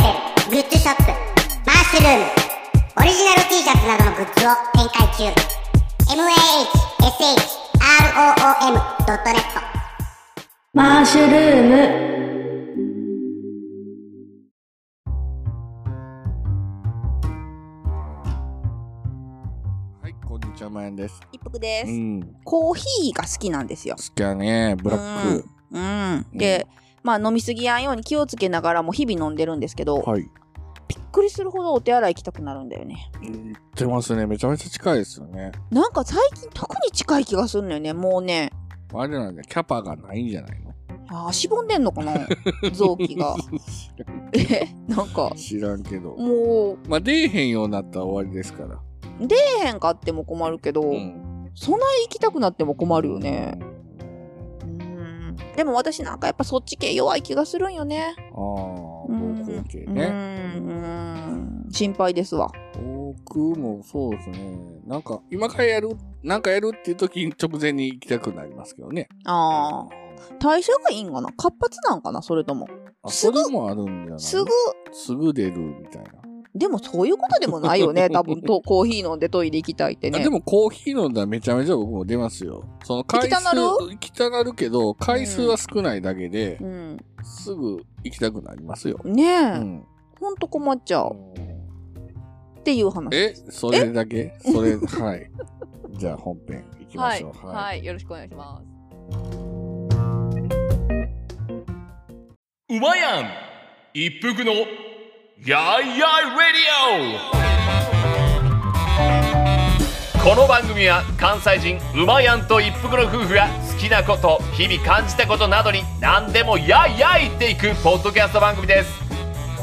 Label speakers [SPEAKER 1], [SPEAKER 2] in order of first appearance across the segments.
[SPEAKER 1] ショップマッシュルームオリジナル T シャツなどのグッズを展開中 mahshroom.net
[SPEAKER 2] マッシュルーム
[SPEAKER 3] はい、こんにちは、まやんです。
[SPEAKER 4] 一服です、
[SPEAKER 3] うん、好
[SPEAKER 4] コーヒーが好きなんですよ。
[SPEAKER 3] きやね、ブラック。
[SPEAKER 4] うん。で、まあ飲みすぎやんように気をつけながらも日々飲んでるんですけど、
[SPEAKER 3] はい。
[SPEAKER 4] びっくりするほどお手洗い行きたくなるんだよね。
[SPEAKER 3] 言ってますね、めちゃめちゃ近いですよね。
[SPEAKER 4] なんか最近特に近い気がするのよね。もうね、
[SPEAKER 3] あれなんで、キャパがないんじゃないの
[SPEAKER 4] あーしぼんでんの かな臓器が。え、なんか、
[SPEAKER 3] 知らんけど。
[SPEAKER 4] もう
[SPEAKER 3] まあ、出えへんようになったら終わりですから。
[SPEAKER 4] 出えへんかっても困るけど、
[SPEAKER 3] うん。
[SPEAKER 4] そない行きたくなっても困るよね。うん。でも私なんかやっぱそっち系弱い気がするんよね。
[SPEAKER 3] ああ、膀
[SPEAKER 4] うん
[SPEAKER 3] 胱系
[SPEAKER 4] う
[SPEAKER 3] ね。
[SPEAKER 4] ん。うん心配ですわ。
[SPEAKER 3] 僕もそうですね。なんか、今からやる、なんかやるっていう時に直前に行きたくなりますけどね。
[SPEAKER 4] ああ。代謝がいいんかな活発なんかなそれとも。
[SPEAKER 3] あ、
[SPEAKER 4] す
[SPEAKER 3] そ
[SPEAKER 4] ぐ
[SPEAKER 3] れもあるんじゃない
[SPEAKER 4] すぐ。
[SPEAKER 3] すぐ出るみたいな。
[SPEAKER 4] でもそういうことでもない よね。多分と、コーヒー飲んでトイレ行きたいって
[SPEAKER 3] あ
[SPEAKER 4] ね。
[SPEAKER 3] でもコーヒー飲んだらめちゃめちゃ僕も出ますよ。その回数
[SPEAKER 4] 行きたなる
[SPEAKER 3] 行きたなるけど、回数は少ないだけで、
[SPEAKER 4] うん。
[SPEAKER 3] すぐ行きたくなりますよ。
[SPEAKER 4] ねえ、
[SPEAKER 3] うん。
[SPEAKER 4] ほんと困っちゃう。っていう話。
[SPEAKER 3] え、それだけそれ、はい。じゃあ本編行きましょう。
[SPEAKER 4] い。よろしくお願いします。
[SPEAKER 5] うまやん一服のやいやいレディオこの番組は関西人うまやんと一服の夫婦が好きなこと日々感じたことなどに何でもやいやい言っていくポッドキャスト番組です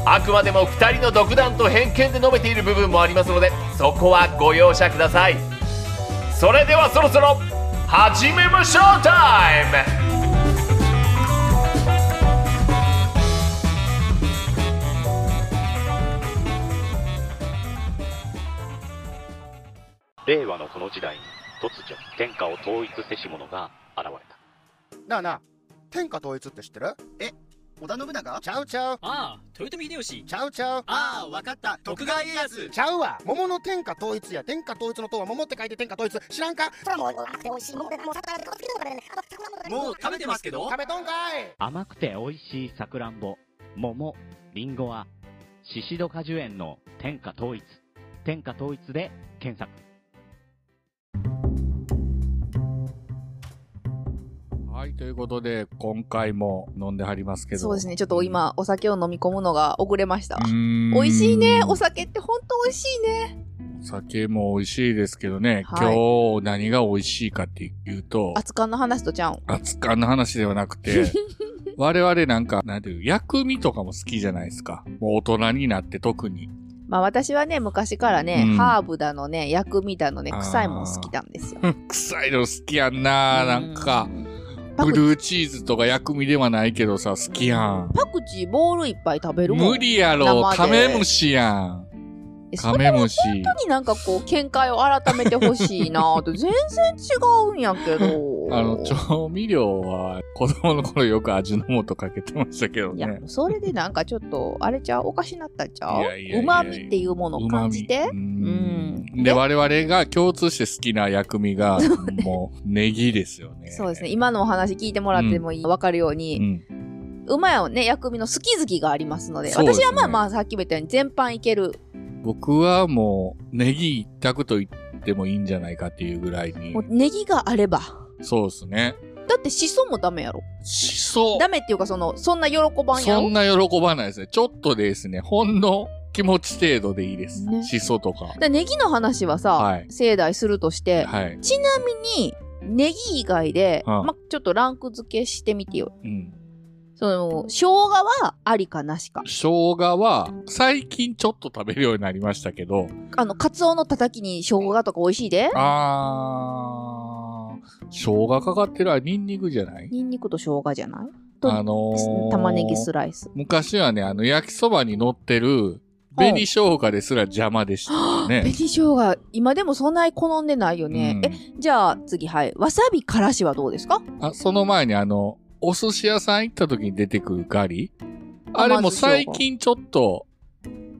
[SPEAKER 5] あくまでも2人の独断と偏見で述べている部分もありますのでそこはご容赦くださいそれではそろそろ始めましょうタイム
[SPEAKER 6] 令和のこの時代に突如天下を統一せし者が現れた
[SPEAKER 7] なあなあ、天下統一って知ってるえ、織田信長ちゃうちゃう、
[SPEAKER 8] ああ、豊臣秀吉。
[SPEAKER 7] ちゃうちゃう。
[SPEAKER 8] ああ、わかった。徳川家康。
[SPEAKER 7] ちゃうわ桃の天下統一や天下統一の塔は桃って書いて天下統一知らんか
[SPEAKER 1] それはもう甘くて美味しいもんでもう魚でこっち来てからねあと桜も食べて
[SPEAKER 8] もう食べてますけど
[SPEAKER 7] 食。べとんかい
[SPEAKER 9] 甘くて美味しいさくらんぼ、桃、りんごは、シシド果樹園の天下統一、天下統一で検索。
[SPEAKER 3] はい。はい、ということで、今回も飲んではりますけど。
[SPEAKER 4] そうですね。ちょっと今、お酒を飲み込むのが遅れましたわ。
[SPEAKER 3] うん。
[SPEAKER 4] 美
[SPEAKER 3] 美
[SPEAKER 4] 味しいね。お酒ってほんと美味しいね。
[SPEAKER 3] 酒も美味しいですけどね、
[SPEAKER 4] はい
[SPEAKER 3] 今日何が美味しいかっていうと、
[SPEAKER 4] 熱燗の話とちゃうん。
[SPEAKER 3] 熱燗の話ではなく て、我々なんか、なんていう、薬味とかも好きじゃないですか。もう大人になって特に。
[SPEAKER 4] まあ私はね、昔からね、
[SPEAKER 3] うん
[SPEAKER 4] ハーブだのね、薬味だのね、
[SPEAKER 3] あー
[SPEAKER 4] 臭いもん好きなんですよ。
[SPEAKER 3] 臭いの好きやんな、なんか。
[SPEAKER 4] パ
[SPEAKER 3] ブ
[SPEAKER 4] ク
[SPEAKER 3] ルーチーズとか薬味ではないけどさ、好きやん。
[SPEAKER 4] パクチーボールいっぱい食べるもん。
[SPEAKER 3] 無理やろ、カ
[SPEAKER 4] 生
[SPEAKER 3] メ
[SPEAKER 4] で
[SPEAKER 3] ムシやん。
[SPEAKER 4] えそ
[SPEAKER 3] カメ
[SPEAKER 4] れは
[SPEAKER 3] ムシ。
[SPEAKER 4] 本当になんかこう見解を改めてほしいな と全然違うんやけど
[SPEAKER 3] あの、調味料は子供の頃よく味の素かけてましたけど
[SPEAKER 4] いや
[SPEAKER 3] ね。
[SPEAKER 4] それでなんかちょっとあれちゃうおかしなったんちゃ
[SPEAKER 3] いやいやいや
[SPEAKER 4] ううまみっていうものを感じて
[SPEAKER 3] う
[SPEAKER 4] うん
[SPEAKER 3] んで、我々が共通して好きな薬味が、もう、ネギですよね。
[SPEAKER 4] そうですね今のお話聞いてもらってもいい、わかるよう
[SPEAKER 3] う
[SPEAKER 4] に、
[SPEAKER 3] ん。
[SPEAKER 4] うまいよね薬味の好き好きがありますので
[SPEAKER 3] そうです
[SPEAKER 4] 私
[SPEAKER 3] ね
[SPEAKER 4] はまあまあさっきも言ったように全般いける
[SPEAKER 3] 僕はもう、ネギ一択と言ってもいいんじゃないかっていうぐらいに
[SPEAKER 4] もう。ネギがあれば
[SPEAKER 3] そうですね。
[SPEAKER 4] だってしそもダメやろ
[SPEAKER 3] しそ
[SPEAKER 4] ダメっていうかそのそんな喜ばんや
[SPEAKER 3] そ
[SPEAKER 4] ろ
[SPEAKER 3] んな喜ばないですね。ちょっとですね、ほんの気持ち程度でいいです。
[SPEAKER 4] ね
[SPEAKER 3] しそとか。
[SPEAKER 4] でネギの話はさ、
[SPEAKER 3] はい
[SPEAKER 4] 盛大するとして、
[SPEAKER 3] はい。
[SPEAKER 4] ちなみに、ネギ以外で、
[SPEAKER 3] はあ
[SPEAKER 4] ま、ちょっとランク付けしてみてよ。
[SPEAKER 3] うん。
[SPEAKER 4] その、生姜はありかなしか。
[SPEAKER 3] 生姜は、最近ちょっと食べるようになりましたけど、
[SPEAKER 4] あの、カツオのたたきに生姜とか美味しいで。
[SPEAKER 3] あー、生姜かかってるはニンニクじゃない
[SPEAKER 4] ニンニクと生姜じゃないと
[SPEAKER 3] あのー、
[SPEAKER 4] 玉ねぎスラ イス。
[SPEAKER 3] 昔はね、あの、焼きそばに乗ってる、紅生姜ですら邪魔でしたから
[SPEAKER 4] 紅
[SPEAKER 3] ね。
[SPEAKER 4] 生姜、今でもそんなに好んでないよね。
[SPEAKER 3] うん
[SPEAKER 4] え、じゃあ次、はい。わさびからしはどうですか
[SPEAKER 3] あ、その前にあの、お寿司屋さん行った時に出てくるガリあれも最近ちょっと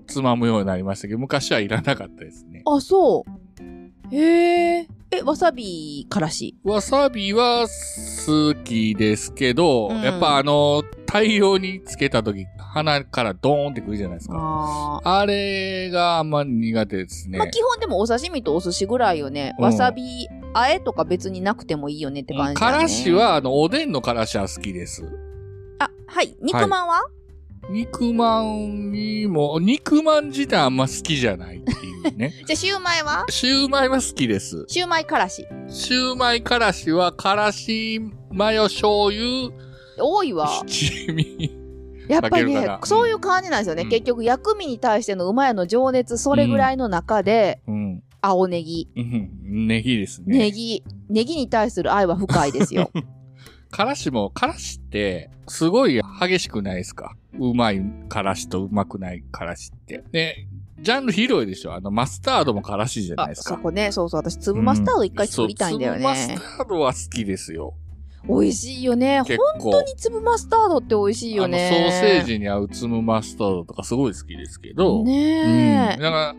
[SPEAKER 3] つまむようになりましたけど、昔はいらなかったですね。
[SPEAKER 4] あ、そう。へえ。え、わさびからし。
[SPEAKER 3] わさびは好きですけど、
[SPEAKER 4] うん
[SPEAKER 3] やっぱあの、大量につけた時、鼻からドーンってくるじゃないですか。
[SPEAKER 4] ああ。
[SPEAKER 3] あれがあんま苦手ですね。
[SPEAKER 4] まあ、基本でもお刺身とお寿司ぐらいよね。
[SPEAKER 3] うん
[SPEAKER 4] わさび、あえとか別になくてもいいよねって感じだ、ね。
[SPEAKER 3] からし。は、あの、おでんのからしは好きです。
[SPEAKER 4] あ、はい。肉まんは、
[SPEAKER 3] 肉まんにも、肉まん自体あんま好きじゃないっていうね。
[SPEAKER 4] じゃあ、シューマイは
[SPEAKER 3] シューマイは好きです。
[SPEAKER 4] シューマイからし。
[SPEAKER 3] シューマイからしは、からし、マヨ、醤油、
[SPEAKER 4] 多いわ。
[SPEAKER 3] 七味。
[SPEAKER 4] やっぱり
[SPEAKER 3] かける
[SPEAKER 4] ね
[SPEAKER 3] かな、
[SPEAKER 4] そういう感じなんですよね。
[SPEAKER 3] うん
[SPEAKER 4] 結局、薬味に対してのうまいの情熱、それぐらいの中で、
[SPEAKER 3] うん。
[SPEAKER 4] 青ネギ、
[SPEAKER 3] うん。ネギですね。
[SPEAKER 4] ネギ、ネギに対する愛は深いですよ。
[SPEAKER 3] からしも、からしって、すごい激しくないですかうまいからしとうまくないからしって。ね、ジャンル広いでしょあの、マスタードもからしじ ゃない
[SPEAKER 4] あ
[SPEAKER 3] です
[SPEAKER 4] そ
[SPEAKER 3] か。
[SPEAKER 4] こね、そうそう、私、粒マスタード一回作りたいんだよ
[SPEAKER 3] そう粒
[SPEAKER 4] ね
[SPEAKER 3] マ。スタードは好きですよ。
[SPEAKER 4] 美味しいよね。本
[SPEAKER 3] 結構。
[SPEAKER 4] 当に粒マスタードって美味しいよね。
[SPEAKER 3] あの、ソーセージに合うつむマスタードとかすごい好きですけど。うん。
[SPEAKER 4] ねえ。
[SPEAKER 3] だから、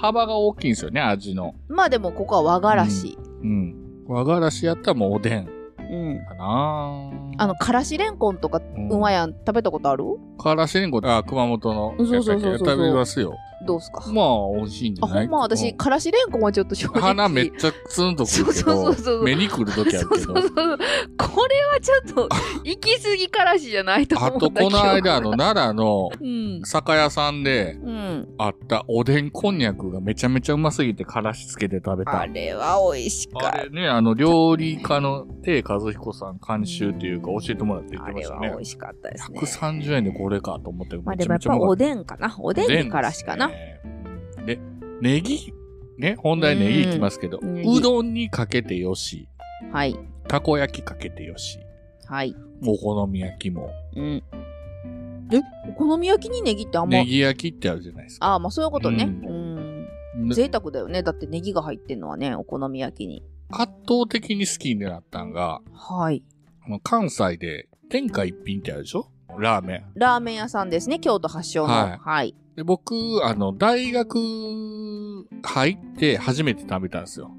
[SPEAKER 3] 幅が大きいんですよね、味の。
[SPEAKER 4] まあでも、ここは和がらし。
[SPEAKER 3] うん。和がらしやったらもうおでん
[SPEAKER 4] うん。
[SPEAKER 3] かな
[SPEAKER 4] あの、からしれんこんとか、
[SPEAKER 3] うん
[SPEAKER 4] うまやん、食べたことある
[SPEAKER 3] からしりんご、あ、熊本の
[SPEAKER 4] そうそうそうそう
[SPEAKER 3] やったっけ食べますよ。
[SPEAKER 4] どうすか。
[SPEAKER 3] まあ、美味しいんじ
[SPEAKER 4] あ、
[SPEAKER 3] ゃな
[SPEAKER 4] ほ
[SPEAKER 3] い
[SPEAKER 4] んま、私、からしれんこんはちょっと正直。
[SPEAKER 3] 鼻めっちゃツンとくるけ
[SPEAKER 4] そうそう
[SPEAKER 3] ど
[SPEAKER 4] そうそう、
[SPEAKER 3] 目にくるときあるけど
[SPEAKER 4] そう。そうそうこれはちょっと行き過ぎからしじゃないと
[SPEAKER 3] あ
[SPEAKER 4] 思
[SPEAKER 3] と、
[SPEAKER 4] った
[SPEAKER 3] この間、あ
[SPEAKER 4] 記憶
[SPEAKER 3] の、奈良の
[SPEAKER 4] うん
[SPEAKER 3] 酒屋さんで
[SPEAKER 4] うん
[SPEAKER 3] あったおでんこんにゃくがめちゃめちゃうますぎて、からしつけて食べた。
[SPEAKER 4] あれは美味しか
[SPEAKER 3] あ
[SPEAKER 4] っ
[SPEAKER 3] れね、あの、料理家の手和彦さん監修というか教えてもらって言
[SPEAKER 4] た
[SPEAKER 3] っ
[SPEAKER 4] あ
[SPEAKER 3] てま
[SPEAKER 4] れ
[SPEAKER 3] した
[SPEAKER 4] は
[SPEAKER 3] ね
[SPEAKER 4] 美。味しかったですね
[SPEAKER 3] 130円でこれかと思って、
[SPEAKER 4] ま
[SPEAKER 3] め
[SPEAKER 4] あで
[SPEAKER 3] ちゃ
[SPEAKER 4] も
[SPEAKER 3] め
[SPEAKER 4] やっ
[SPEAKER 3] ちゃ
[SPEAKER 4] ぱ
[SPEAKER 3] うまか
[SPEAKER 4] お
[SPEAKER 3] った
[SPEAKER 4] でんかなおでんにからしかな、
[SPEAKER 3] おでんですね。で、ネギ、ね、本題ネギいきますけど、
[SPEAKER 4] うんネギ
[SPEAKER 3] うどんにかけてよし、
[SPEAKER 4] はい
[SPEAKER 3] たこ焼きかけてよし、
[SPEAKER 4] はい
[SPEAKER 3] お好み焼きも、
[SPEAKER 4] うんえお好み焼きにネギってあんま、
[SPEAKER 3] ネギ焼きってあるじゃないですか。
[SPEAKER 4] ああまあそういうことね
[SPEAKER 3] う
[SPEAKER 4] うん
[SPEAKER 3] で
[SPEAKER 4] 贅沢だよねだってネギが入ってんのはねお好み焼きに
[SPEAKER 3] 圧倒的に好きになったんが、
[SPEAKER 4] はい
[SPEAKER 3] あの関西で天下一品ってあるでしょラーメン。
[SPEAKER 4] ラーメン屋さんですね京都発祥の
[SPEAKER 3] は
[SPEAKER 4] はいい、
[SPEAKER 3] で、僕、あの、大学入って初めて食べたんですよ。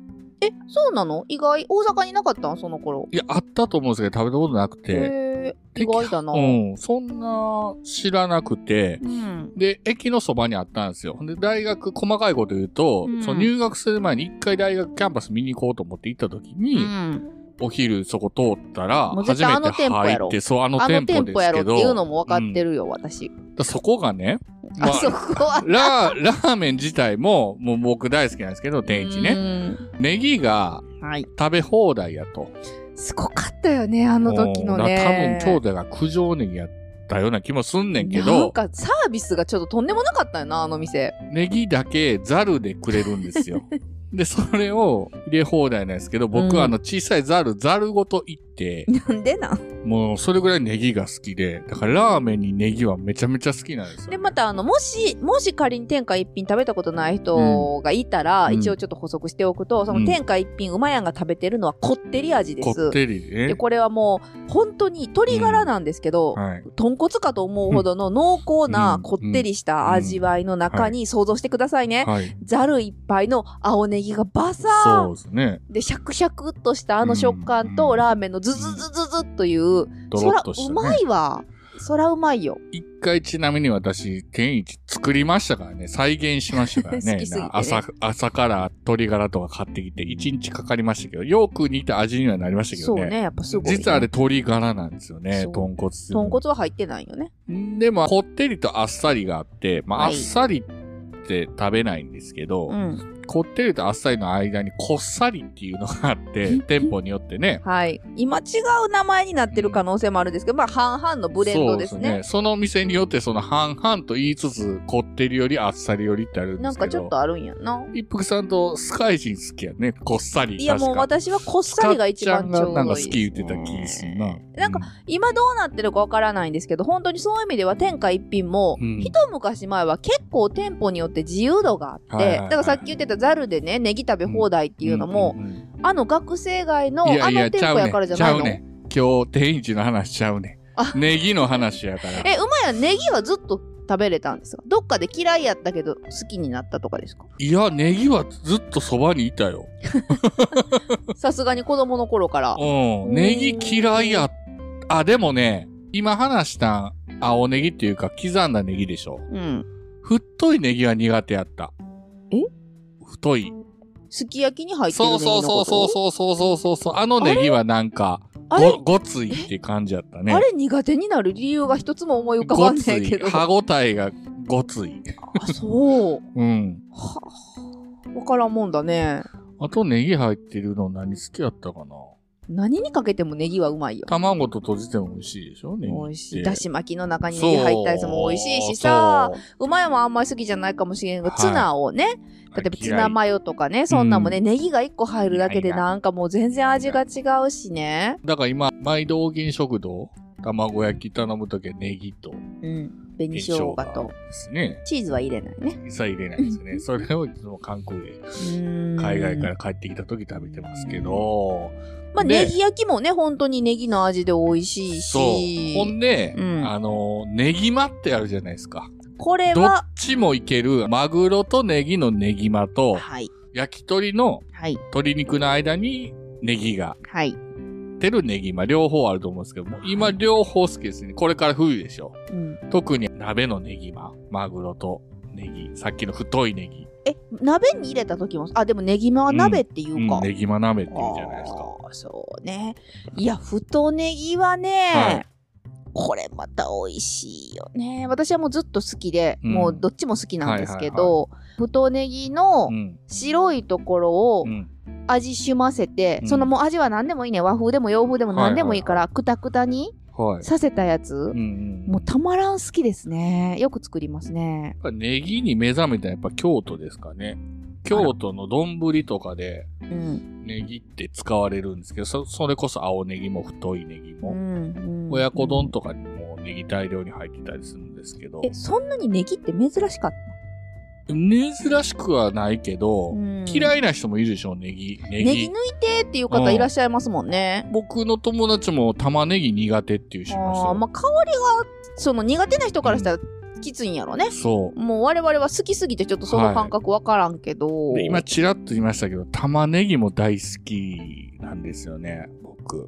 [SPEAKER 4] えそうなの意外大阪になかったんその頃
[SPEAKER 3] いや、あったと思うんですけど、食べたことなくて。
[SPEAKER 4] へえ意外だな、
[SPEAKER 3] うん、そんな知らなくて。
[SPEAKER 4] うん
[SPEAKER 3] で、駅のそばにあったんですよ。ほんで、大学、細かいこと言うと、
[SPEAKER 4] うん
[SPEAKER 3] その入学する前に一回大学キャンパス見に行こうと思って行った時に、
[SPEAKER 4] うん、
[SPEAKER 3] お昼そこ通ったら、
[SPEAKER 4] もう
[SPEAKER 3] 初
[SPEAKER 4] 絶対
[SPEAKER 3] めて
[SPEAKER 4] あの店舗
[SPEAKER 3] 入
[SPEAKER 4] や
[SPEAKER 3] っ
[SPEAKER 4] ろ
[SPEAKER 3] て、そう、あの
[SPEAKER 4] あ
[SPEAKER 3] 店
[SPEAKER 4] の
[SPEAKER 3] 舗
[SPEAKER 4] 店
[SPEAKER 3] で
[SPEAKER 4] 舗
[SPEAKER 3] す
[SPEAKER 4] やろ
[SPEAKER 3] け
[SPEAKER 4] っ
[SPEAKER 3] ど。
[SPEAKER 4] ていうのも分かって
[SPEAKER 3] る。
[SPEAKER 4] るよ、私。
[SPEAKER 3] そこがね、ま
[SPEAKER 4] あそ
[SPEAKER 3] あ、
[SPEAKER 4] こは。
[SPEAKER 3] ラー、ラーメン自体も、もう僕大好きなんですけど、天一ね。
[SPEAKER 4] ね。
[SPEAKER 3] ネギが
[SPEAKER 4] はい。
[SPEAKER 3] 食べ放題やと。
[SPEAKER 4] すごかったよね、あの時の
[SPEAKER 3] うんだから
[SPEAKER 4] ね。
[SPEAKER 3] 多分兄弟が九条ネギやったような気もすんねんけ
[SPEAKER 4] な
[SPEAKER 3] ど
[SPEAKER 4] ん、かサービスがちょっととんでもなかったよな、あの店。
[SPEAKER 3] ネギだけザルでくれるんです よ。で、それを入れ放題なんですけど、僕はあの小さいザル、ザルごといって、
[SPEAKER 4] なんでなん
[SPEAKER 3] もうそれぐらいネギが好きで、だからラーメンにネギはめちゃめちゃ好きなんですよ。
[SPEAKER 4] で、また、あの、もし、もし仮に天下一品食べたことない人がいたら、
[SPEAKER 3] うん
[SPEAKER 4] 一応ちょっと補足しておくと、そうの
[SPEAKER 3] ん
[SPEAKER 4] 天下一品、うまやんが食べてるのはこってり味で
[SPEAKER 3] こ
[SPEAKER 4] す。
[SPEAKER 3] ってりね
[SPEAKER 4] で、。これはもう、本当に鶏ガラなんですけど、
[SPEAKER 3] はい。
[SPEAKER 4] 豚骨かと思うほどの濃
[SPEAKER 3] う
[SPEAKER 4] 厚なんこってりした味わいの中に想像してくださいね。
[SPEAKER 3] はい。
[SPEAKER 4] ざるいっぱいの青ネギがバサー
[SPEAKER 3] そ
[SPEAKER 4] ン
[SPEAKER 3] うですね。
[SPEAKER 4] で、シャクシャクっとしたあの食感
[SPEAKER 3] うんう
[SPEAKER 4] と
[SPEAKER 3] ん
[SPEAKER 4] ラーメンのズズズズズという、
[SPEAKER 3] ド
[SPEAKER 4] そ
[SPEAKER 3] ロッ
[SPEAKER 4] ら
[SPEAKER 3] とし
[SPEAKER 4] う
[SPEAKER 3] た
[SPEAKER 4] ま
[SPEAKER 3] ね。
[SPEAKER 4] いわ。そらうまいよ。
[SPEAKER 3] 一回ちなみに私、天一作りましたからね。再現しましたからね。
[SPEAKER 4] 好きすぎてね
[SPEAKER 3] 朝、朝から鶏ガラとか買ってきて、一日かかりましたけど、よく似た味にはなりましたけ
[SPEAKER 4] そ
[SPEAKER 3] ど
[SPEAKER 4] う
[SPEAKER 3] ね。
[SPEAKER 4] ね、やっぱすごいね。
[SPEAKER 3] 実はあれ鶏ガラなんですよね
[SPEAKER 4] そ。う
[SPEAKER 3] 豚骨スープ
[SPEAKER 4] 豚骨は入ってないよね。
[SPEAKER 3] でも、こってりとあっさりがあって、まあ、
[SPEAKER 4] はい
[SPEAKER 3] あっさりって食べないんですけど、
[SPEAKER 4] うん。
[SPEAKER 3] こってりとあっさりの間にこっさりっていうのがあって、店舗によってね。
[SPEAKER 4] はい。今違う名前になってる可能性もあるんですけど、まあ半々の ブレンドです
[SPEAKER 3] そう
[SPEAKER 4] ね。
[SPEAKER 3] その店によってその半々と言いつつ、こってりよりあっさりよりってあるんで
[SPEAKER 4] なん
[SPEAKER 3] すけど。
[SPEAKER 4] かちょっとあるんやな。
[SPEAKER 3] 一服さんとスカイジン好きやね。こっさり。
[SPEAKER 4] いや
[SPEAKER 3] 確か
[SPEAKER 4] もう私はこっさりが一番ちょうどい
[SPEAKER 3] スカちゃ
[SPEAKER 4] い、
[SPEAKER 3] んがなんか好き言ってた気がするな。
[SPEAKER 4] なんか今どうなってるかわからないんですけど、本当にそういう意味では天下一品も、
[SPEAKER 3] うん
[SPEAKER 4] 一昔前は結構店舗によって自由度があって、
[SPEAKER 3] はいはいはい
[SPEAKER 4] だからさっき言ってたザルでね、ネギ食べ放題っていうのも、
[SPEAKER 3] んんん
[SPEAKER 4] あの学生街の
[SPEAKER 3] いや
[SPEAKER 4] あ
[SPEAKER 3] いや、
[SPEAKER 4] の店
[SPEAKER 3] ちゃ
[SPEAKER 4] 舗
[SPEAKER 3] う
[SPEAKER 4] やか
[SPEAKER 3] ね
[SPEAKER 4] らじ
[SPEAKER 3] ん。
[SPEAKER 4] ゃ
[SPEAKER 3] ち
[SPEAKER 4] な
[SPEAKER 3] ゃ
[SPEAKER 4] いの
[SPEAKER 3] うねん。今日、天一の話しちゃうね
[SPEAKER 4] あ
[SPEAKER 3] ん。ネギの話やから。
[SPEAKER 4] え、うまやん、ネギはずっと食べれたんですが、どっかで嫌いやったけど好きになったとかですか
[SPEAKER 3] いや、ネギはずっとそばにいたよ。
[SPEAKER 4] さすがに子供の頃から。
[SPEAKER 3] うん。ネギ嫌いや。あ、でもね、今話した青ネギっていうか刻んだネギでしょ。
[SPEAKER 4] うん。
[SPEAKER 3] 太いネギは苦手やった。
[SPEAKER 4] え
[SPEAKER 3] 太い。
[SPEAKER 4] すき焼きに入って
[SPEAKER 3] そ
[SPEAKER 4] るネ
[SPEAKER 3] う
[SPEAKER 4] ギ
[SPEAKER 3] そ
[SPEAKER 4] の
[SPEAKER 3] う
[SPEAKER 4] こ
[SPEAKER 3] そう
[SPEAKER 4] と
[SPEAKER 3] そうそうそうそうそうそう。あのネギはなんか、
[SPEAKER 4] あれ
[SPEAKER 3] ご、ごついって感じやったね。
[SPEAKER 4] あれ苦手になる理由が一つも思い浮かば
[SPEAKER 3] ご
[SPEAKER 4] ん
[SPEAKER 3] つ
[SPEAKER 4] ねん
[SPEAKER 3] い
[SPEAKER 4] け。ど。
[SPEAKER 3] 歯ごたえがごつい。
[SPEAKER 4] あ、そう。
[SPEAKER 3] うん。
[SPEAKER 4] はあ、わからんもんだね。
[SPEAKER 3] あとネギ入ってるの何好きやったかな
[SPEAKER 4] 何にかけてもネギはうまいよ。
[SPEAKER 3] 卵と閉じても美味しいでしょネギって。
[SPEAKER 4] 美味しい。だし巻きの中に
[SPEAKER 3] そう
[SPEAKER 4] ネギ入ったやつも美味しいしさ、
[SPEAKER 3] そう
[SPEAKER 4] うまいもあんまり好きじゃないかもしれんが、
[SPEAKER 3] はい
[SPEAKER 4] ツナをね、例えばツナマヨとかね、そんなんもね、
[SPEAKER 3] う
[SPEAKER 4] ネギが1個入るだけで
[SPEAKER 3] いやいや
[SPEAKER 4] なんかもう全然味が違うしね。
[SPEAKER 3] だから今、毎度大銀食堂、卵焼き頼むときはネギと
[SPEAKER 4] うん。紅
[SPEAKER 3] 紅
[SPEAKER 4] 生
[SPEAKER 3] 生
[SPEAKER 4] 姜
[SPEAKER 3] 姜
[SPEAKER 4] と
[SPEAKER 3] で。すね。
[SPEAKER 4] チーズは入れないね。
[SPEAKER 3] 一切入れないです ね。それをいつも韓国で、海外から。帰ってきたとき食べてますけど、
[SPEAKER 4] まあ、
[SPEAKER 3] ね
[SPEAKER 4] ネギ焼きもね、本当にネギの味で美味しい
[SPEAKER 3] そう。ほ
[SPEAKER 4] し、
[SPEAKER 3] んで、
[SPEAKER 4] うん
[SPEAKER 3] あの、ネギマってあるじゃないですか。
[SPEAKER 4] これ
[SPEAKER 3] どっ
[SPEAKER 4] は、
[SPEAKER 3] ちもいける、マグロとネギのネギマと、
[SPEAKER 4] はい、
[SPEAKER 3] 焼き鳥の
[SPEAKER 4] はい、
[SPEAKER 3] 鶏肉の間にネギが、
[SPEAKER 4] はい。
[SPEAKER 3] てるネギマ、両方あると思うんですけども、今両方好きですね。これから冬でしょ。
[SPEAKER 4] うん
[SPEAKER 3] 特に鍋のネギマ、マグロとネギ、さっきの太いネギ。
[SPEAKER 4] え、鍋に入れた時も、あ、でもネギマは鍋っていうか。
[SPEAKER 3] うん、ネギマ鍋っていうじゃないですか。
[SPEAKER 4] あーそうね。いや、太ネギはね、
[SPEAKER 3] はい
[SPEAKER 4] これまた美味しいよね。私はもうずっと好きで、
[SPEAKER 3] うん
[SPEAKER 4] もうどっちも好きなんですけど、太ネギの
[SPEAKER 3] うん。
[SPEAKER 4] 白いところを
[SPEAKER 3] うん。
[SPEAKER 4] 味しませて、
[SPEAKER 3] うん
[SPEAKER 4] そのもう味は何でもいいね。和風でも洋風でも何でもいいから、くたくたに
[SPEAKER 3] はい。
[SPEAKER 4] させたやつ
[SPEAKER 3] うん、うん。
[SPEAKER 4] もうたまらん好きですね。よく作ります
[SPEAKER 3] やっ
[SPEAKER 4] ね。
[SPEAKER 3] ぱネギに目覚めたのはやっぱ京都ですかね。京都の丼とかで
[SPEAKER 4] うん。
[SPEAKER 3] ネギって使われるんですけど、そそれこそ青ネギも太いネギ
[SPEAKER 4] う
[SPEAKER 3] も、
[SPEAKER 4] んうん
[SPEAKER 3] 親子丼とかにもネギ大量に入ってたりするんですけど
[SPEAKER 4] え、、そんなにネギって珍しかっ
[SPEAKER 3] 珍しくはないけ
[SPEAKER 4] た、
[SPEAKER 3] ど、
[SPEAKER 4] い
[SPEAKER 3] 嫌いな人もいるでしょ、ネギ。ネ
[SPEAKER 4] ネギ抜いてっていう方いらっしゃいますもんね。
[SPEAKER 3] 僕の友達も玉ねぎ苦手っていう人いました
[SPEAKER 4] あ
[SPEAKER 3] よ
[SPEAKER 4] ーまあ、香りがその苦手な人からしたらきついんやろね。
[SPEAKER 3] そ
[SPEAKER 4] もう我々は好きすぎてちょっとその感覚わからんけど、
[SPEAKER 3] う。で今、ちらっと言いましたけど、玉ねぎも大好きなんですよね、僕。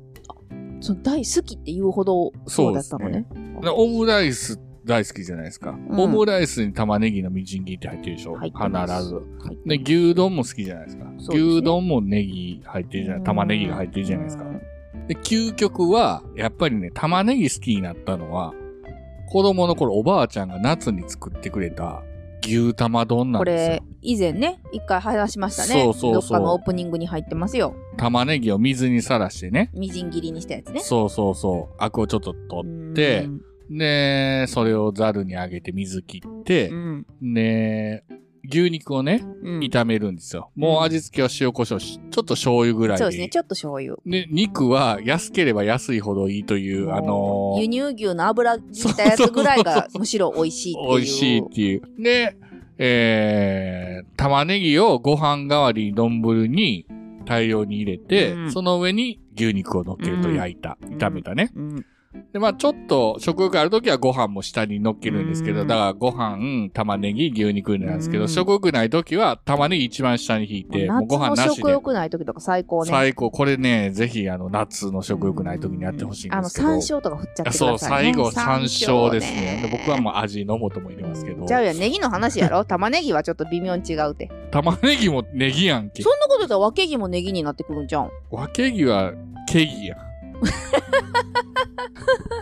[SPEAKER 4] その大好きって言うほどそうだったのね。
[SPEAKER 3] でオムライス大好きじゃないですか。
[SPEAKER 4] ん
[SPEAKER 3] オムライスに玉ねぎのみじん切りって入ってるでしょ
[SPEAKER 4] 入
[SPEAKER 3] 必
[SPEAKER 4] ってます
[SPEAKER 3] ず。
[SPEAKER 4] はい
[SPEAKER 3] で、牛丼も好きじゃないですか。
[SPEAKER 4] そうですね
[SPEAKER 3] 牛丼もネギ入ってるじゃない、玉ねぎが入ってるじゃないですか。で、究極は、やっぱりね、玉ねぎ好きになったのは、子供の頃おばあちゃんが夏に作ってくれた牛玉丼なん
[SPEAKER 4] こ
[SPEAKER 3] ですよ
[SPEAKER 4] れ。以前ね一回話しましたね
[SPEAKER 3] そうそうそう
[SPEAKER 4] どっかのオープニングに入ってますよ
[SPEAKER 3] 玉ねぎを水にさらしてね。
[SPEAKER 4] みじん切りにしたやつね
[SPEAKER 3] そうそうそう。アクをちょっと取って
[SPEAKER 4] うん
[SPEAKER 3] で、それをザルにあげて水切って
[SPEAKER 4] う、ん
[SPEAKER 3] で、牛肉をね、
[SPEAKER 4] うん
[SPEAKER 3] 炒めるんですよ。もう味付けは塩コショウし、ちょっと醤油ぐらい
[SPEAKER 4] そう
[SPEAKER 3] で
[SPEAKER 4] ですねちょっと醤油
[SPEAKER 3] で、肉は安ければ安いほどいいという、あの
[SPEAKER 4] 輸
[SPEAKER 3] ー、
[SPEAKER 4] 入牛の油切ったやつぐらいがむしろ美味しいっていう
[SPEAKER 3] 美味しいっていう。で、えー、玉ねぎをご飯代わりに丼に大量に入れて、
[SPEAKER 4] うん
[SPEAKER 3] その上に牛肉を乗っけると焼いた、
[SPEAKER 4] ん
[SPEAKER 3] 炒めたね。
[SPEAKER 4] うん
[SPEAKER 3] で、まあちょっと食欲あるときはご飯も下に乗っけるんですけど、
[SPEAKER 4] うん
[SPEAKER 3] だからご飯、玉ねぎ、牛肉なんですけど、
[SPEAKER 4] うん
[SPEAKER 3] 食欲ないときは玉ねぎ一番下に引いて、もうご
[SPEAKER 4] 夏
[SPEAKER 3] 飯
[SPEAKER 4] の
[SPEAKER 3] なし
[SPEAKER 4] 食
[SPEAKER 3] で。
[SPEAKER 4] 欲ない時とか最高ね
[SPEAKER 3] 最高。これね、ぜひ、あの、夏の食欲ないときにやってほしいんですけど。
[SPEAKER 4] あの、山椒とか振っちゃってください、ね。
[SPEAKER 3] そう、最後、山椒ですね。で僕は
[SPEAKER 4] う
[SPEAKER 3] もう味の素も入れますけど。
[SPEAKER 4] じゃあや、ネギの話やろ 玉ねぎはちょっと微妙に違 うて。
[SPEAKER 3] 玉ねぎもネギやんけ
[SPEAKER 4] そ。んなこと言ったら、わけぎもネギになってくるんじゃん。
[SPEAKER 3] わけぎはケギ や。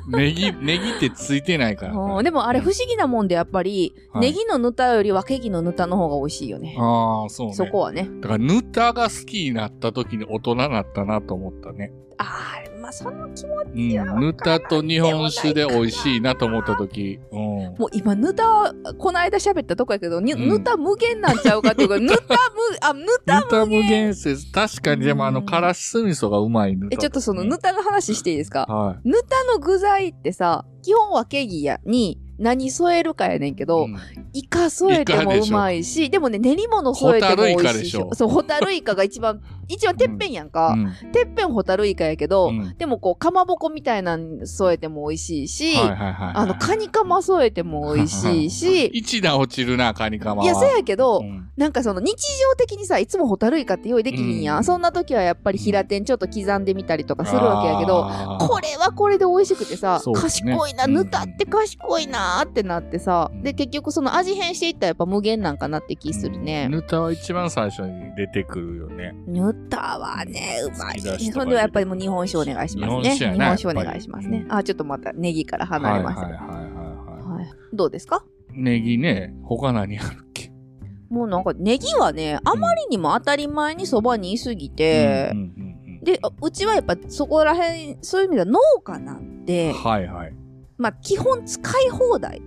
[SPEAKER 3] ネギ、ネギってついてないからね、
[SPEAKER 4] うんでもあれ不思議なもんで、やっぱり、
[SPEAKER 3] はい
[SPEAKER 4] ネギのぬたよりわけぎのぬたの方が美味しいよね。
[SPEAKER 3] ああ、そうね。
[SPEAKER 4] そこはね。
[SPEAKER 3] だから、ヌタが好きになった時に大人になったなと思ったね。
[SPEAKER 4] ああ、まあその気持ち。
[SPEAKER 3] うん
[SPEAKER 4] や。
[SPEAKER 3] ヌタと日本酒で美味しいなと思った時。うん。
[SPEAKER 4] もう今、ぬたは、この間喋ったとこやけど、に
[SPEAKER 3] うん
[SPEAKER 4] ぬた無限なんちゃうかっ ていうか、ぬた無、あ、ぬた
[SPEAKER 3] ヌタ無限説。確かに、でもあの、からし酢味噌がうまいヌタ、
[SPEAKER 4] え、ちょっとそのぬたの話していいですか
[SPEAKER 3] はい。
[SPEAKER 4] ぬたの具材ってさ、基本はケギやに何添えるかやねんけど、
[SPEAKER 3] うん
[SPEAKER 4] いイカ添えても
[SPEAKER 3] イカで
[SPEAKER 4] う
[SPEAKER 3] しょ
[SPEAKER 4] まいし、でもね、練り物添えても美
[SPEAKER 3] ホタルイカ
[SPEAKER 4] 味し
[SPEAKER 3] で
[SPEAKER 4] い
[SPEAKER 3] しょ
[SPEAKER 4] そう、ホタルイカが一番、一番てっぺんやん
[SPEAKER 3] う
[SPEAKER 4] か。
[SPEAKER 3] ん
[SPEAKER 4] てっぺんホタルイカやけど、
[SPEAKER 3] うん
[SPEAKER 4] でもこう、かまぼこみたいなん添えても美味しいし、
[SPEAKER 3] はいはいはいはい。
[SPEAKER 4] あの、カニカマ添えても美味しいし、
[SPEAKER 3] 一段落ちるな、カニカマは。
[SPEAKER 4] いや、せやけど、
[SPEAKER 3] うん
[SPEAKER 4] なんかその日常的にさ、いつもホタルイカって用意できひんやん。
[SPEAKER 3] うん
[SPEAKER 4] そんな時はやっぱり平天ちょっと刻んでみたりとかするわけやけど、
[SPEAKER 3] あー
[SPEAKER 4] これはこれで美味しくてさ、
[SPEAKER 3] そうですね
[SPEAKER 4] 賢いな、
[SPEAKER 3] うん
[SPEAKER 4] ぬたって賢いなーってなってさ、
[SPEAKER 3] うん
[SPEAKER 4] で、結局その味変していったらやっぱ無限なんかなって気するね。
[SPEAKER 3] ヌタは一番最初に出てくるよね。
[SPEAKER 4] ぬたはね、うま
[SPEAKER 3] 突き出
[SPEAKER 4] い
[SPEAKER 3] しとか入れ
[SPEAKER 4] ね。
[SPEAKER 3] て
[SPEAKER 4] ほんではやっぱりもう日本酒お願いしますね。
[SPEAKER 3] 日本酒やな
[SPEAKER 4] 日本酒お
[SPEAKER 3] やっぱ
[SPEAKER 4] 願い
[SPEAKER 3] り
[SPEAKER 4] しますね
[SPEAKER 3] う。ん
[SPEAKER 4] あ、ちょっとまたネギから離れました
[SPEAKER 3] はい
[SPEAKER 4] け
[SPEAKER 3] はいはいはい
[SPEAKER 4] ど。
[SPEAKER 3] は
[SPEAKER 4] はいどうですか
[SPEAKER 3] い。ネギね、他何あるっけ
[SPEAKER 4] もうなんかネギはね、あまりにも当たり前にそばにいすぎて
[SPEAKER 3] うん、うん
[SPEAKER 4] であうちはやっぱそこら辺そういう意味では農家なん
[SPEAKER 3] うんう
[SPEAKER 4] で
[SPEAKER 3] ん、はいはい。
[SPEAKER 4] まあ基本使い放題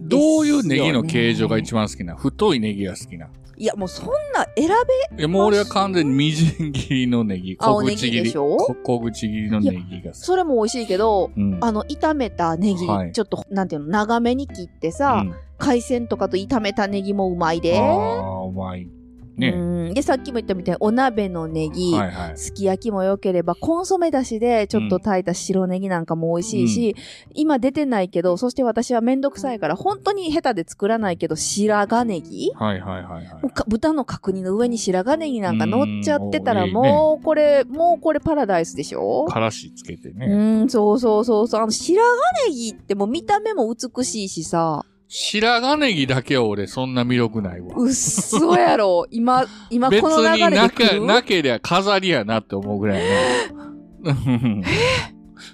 [SPEAKER 3] どういうネギの形状が一番好きな太いネギが好きない
[SPEAKER 4] やもうそんな選べ
[SPEAKER 3] いや、もう俺は完全にみじん切りのネギ。
[SPEAKER 4] 青
[SPEAKER 3] 小
[SPEAKER 4] ネ
[SPEAKER 3] 口切
[SPEAKER 4] ギで
[SPEAKER 3] り。
[SPEAKER 4] しょ
[SPEAKER 3] こ小口切りのネギが好き。
[SPEAKER 4] それも美味しいけど
[SPEAKER 3] うん
[SPEAKER 4] あの炒めたネギ、
[SPEAKER 3] はい
[SPEAKER 4] ちょっとなんていうの長めに切ってさ、
[SPEAKER 3] うん
[SPEAKER 4] 海鮮とかと炒めたネギもうまいで、
[SPEAKER 3] ああ、うまい。ね。
[SPEAKER 4] うんでさっきも言ったみたいにお鍋のネギ、
[SPEAKER 3] はいはい。
[SPEAKER 4] すき焼きも良ければコンソメだしでちょっと炊いた白ネギなんかも美味しいし、今出てないけどそして私はめんどくさいから本当に下手で作らないけど白髪ネギ
[SPEAKER 3] はいはいはいはい
[SPEAKER 4] もう。か豚の角煮の上に白髪ネギなんか乗っちゃってたら
[SPEAKER 3] うん
[SPEAKER 4] もうこれもうこれパラダイスでしょ
[SPEAKER 3] からしつけて
[SPEAKER 4] う
[SPEAKER 3] ね。
[SPEAKER 4] ーんそうそうそうそうあの白髪ネギってもう見た目も美しいしさ
[SPEAKER 3] 白髪ネギだけは俺そんな魅力ないわ。
[SPEAKER 4] うっそやろ今今
[SPEAKER 3] 別
[SPEAKER 4] この流
[SPEAKER 3] に
[SPEAKER 4] れ
[SPEAKER 3] な
[SPEAKER 4] で
[SPEAKER 3] け
[SPEAKER 4] 来る
[SPEAKER 3] なけりゃ飾りやなって思うぐらいやね。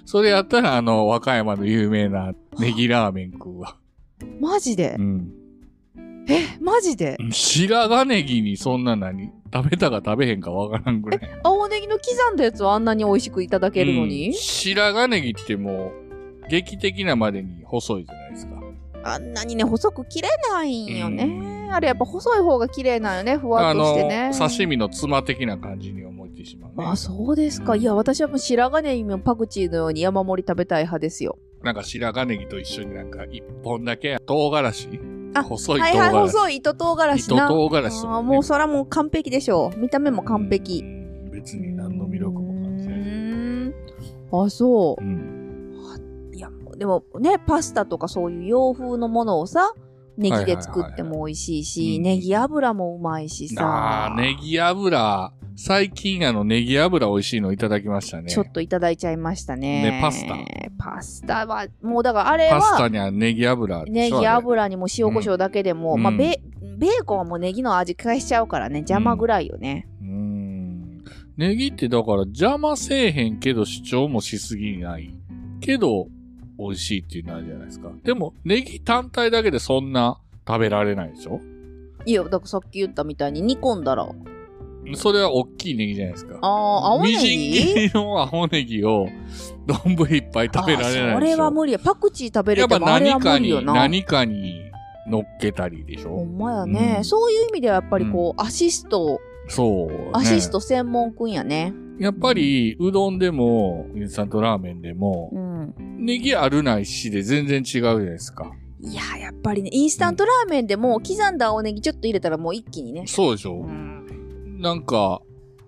[SPEAKER 3] それやったらあの、和歌山の有名なネギラーメン食うわ。
[SPEAKER 4] マジで
[SPEAKER 3] うん。
[SPEAKER 4] えマジで
[SPEAKER 3] 白髪ネギにそんな何食べたか食べへんかわからんぐらい。
[SPEAKER 4] 青ネギの刻んだやつはあんなに美味しくいただけるのに、
[SPEAKER 3] うん白髪ネギってもう、劇的なまでに細いじゃないですか。
[SPEAKER 4] あんなにね、細く切れないんよね。
[SPEAKER 3] うん
[SPEAKER 4] あれやっぱ細い方が綺麗なんよね、ふわ
[SPEAKER 3] あ
[SPEAKER 4] っとし
[SPEAKER 3] の
[SPEAKER 4] てね。、
[SPEAKER 3] 刺身のつま的な感じに思えてしまうね。
[SPEAKER 4] あ、そうですか。
[SPEAKER 3] うん
[SPEAKER 4] いや、私はもう白髪ネギもパクチーのように山盛り食べたい派ですよ。
[SPEAKER 3] なんか白髪ネギと一緒になんか一本だけ唐辛子
[SPEAKER 4] あ
[SPEAKER 3] 細い唐
[SPEAKER 4] は
[SPEAKER 3] 辛
[SPEAKER 4] い
[SPEAKER 3] 子。
[SPEAKER 4] はい、細い糸唐辛子な。
[SPEAKER 3] 糸唐辛子とかね
[SPEAKER 4] あーもうそらもう完璧でしょう。見た目も完
[SPEAKER 3] う
[SPEAKER 4] 璧。
[SPEAKER 3] ん。別に何の魅力も感じな
[SPEAKER 4] う
[SPEAKER 3] い。
[SPEAKER 4] ーんあ、そうう。
[SPEAKER 3] ん。
[SPEAKER 4] いや、でもね、パスタとかそういう洋風のものをさ、ネギで作っても美味しいし、
[SPEAKER 3] はいはいはいはいうん
[SPEAKER 4] ネギ油もうまいしさ
[SPEAKER 3] あ、ー、ネギ油。最近あのネギ油美味しいのいただきましたね。
[SPEAKER 4] ちょっといただいちゃいましたね。
[SPEAKER 3] ねパスタ。
[SPEAKER 4] パスタは、もうだからあれ
[SPEAKER 3] パスタ
[SPEAKER 4] は、
[SPEAKER 3] にはネギ油で
[SPEAKER 4] ネ
[SPEAKER 3] しょ。
[SPEAKER 4] ギ
[SPEAKER 3] あれ。
[SPEAKER 4] 油にも塩コショウだけでも、
[SPEAKER 3] うん
[SPEAKER 4] まあ
[SPEAKER 3] うん
[SPEAKER 4] ベ、ベーコンはもうネギの味返しちゃうからね、邪魔ぐらいよね。
[SPEAKER 3] うん。ネギってだから邪魔せえへんけど主張もしすぎない。けど、美味しいっていうのあるじゃないですか。でも、ネギ単体だけでそんな食べられないでしょ
[SPEAKER 4] いや、だからさっき言ったみたいに煮込んだら、
[SPEAKER 3] それは大きいネギじゃないですか。
[SPEAKER 4] あー、青ネ
[SPEAKER 3] みじん切
[SPEAKER 4] ギ
[SPEAKER 3] りの青ネギを、丼いっぱい食べられ
[SPEAKER 4] あー
[SPEAKER 3] ない
[SPEAKER 4] そ
[SPEAKER 3] でしょ。
[SPEAKER 4] れは無理や。パクチー食べ
[SPEAKER 3] や
[SPEAKER 4] れ
[SPEAKER 3] ってぱ
[SPEAKER 4] もあれ
[SPEAKER 3] 何
[SPEAKER 4] は無
[SPEAKER 3] か
[SPEAKER 4] 理よ
[SPEAKER 3] に、
[SPEAKER 4] な。
[SPEAKER 3] 何かに乗っけたりでし
[SPEAKER 4] ほ
[SPEAKER 3] ょ
[SPEAKER 4] んまやね、
[SPEAKER 3] うん
[SPEAKER 4] そういう意味ではやっぱりこう、アシスト、
[SPEAKER 3] そう、ね。
[SPEAKER 4] アシスト専門くんやね。
[SPEAKER 3] やっぱり、うどんでも、インスタントラーメンでも
[SPEAKER 4] う、ん。
[SPEAKER 3] ネギあるないしで全然違うじゃないですか。
[SPEAKER 4] いやー、やっぱりね、インスタントラーメンでも刻んだ青ネギちょっと入れたらもう一気にね、
[SPEAKER 3] そうでしょなんか、